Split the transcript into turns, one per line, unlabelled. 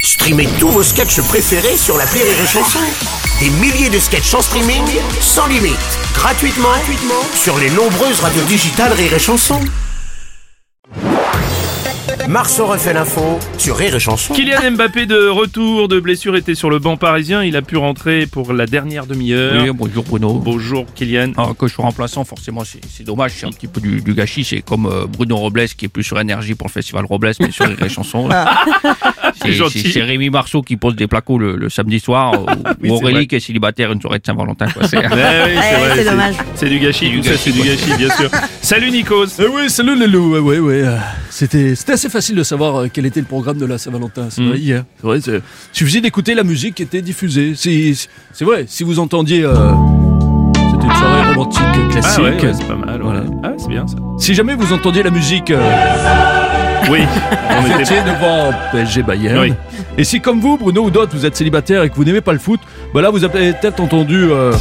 Streamez tous vos sketchs préférés sur la Rire et Chanson. Des milliers de sketchs en streaming, sans limite, gratuitement, gratuitement sur les nombreuses radios digitales Rire et Chanson. Marceau refait l'info sur Rire et Chanson.
Kylian Mbappé de retour de blessure était sur le banc parisien. Il a pu rentrer pour la dernière demi-heure.
Oui, bonjour Bruno.
Bonjour Kylian.
Ah, que je sois remplaçant, forcément, c'est c'est dommage, c'est un petit peu du, du gâchis. C'est comme euh, Bruno Robles qui est plus sur énergie pour le festival Robles, mais sur les chansons.
C'est
C'est
gentil.
c'est- c'est Rémi Marceau qui pose des placos le, le samedi soir, ou
c'est vrai.
Aurélie qui est célibataire une soirée de Saint-Valentin. quoi. C'est-
Ouais, Eh oui,
Ouais,
vrai,
c'est dommage.
C'est du gâchis, tout ça, c'est du gâchis, bien sûr. Salut Nikos.
Eh oui, salut les loups. Ouais, ouais, ouais. euh, C'était, c'était assez facile de savoir euh, quel était le programme de la Saint-Valentin.
Mm.
C'est vrai, hier. C'est vrai, c'est- Il suffisait d'écouter la musique qui était diffusée. Si, si- c'est vrai, si vous entendiez. euh, C'était une soirée romantique euh, classique.
Ah ouais, ouais, c'est pas mal. ouais.
Voilà.
Ah ouais, c'est bien ça.
Si jamais vous entendiez la musique, euh,
Oui, on
vous
était
étiez devant PSG Bayern.
Oui.
Et si, comme vous, Bruno ou d'autres, vous êtes célibataire et que vous n'aimez pas le foot, bah là, vous avez peut-être entendu. euh,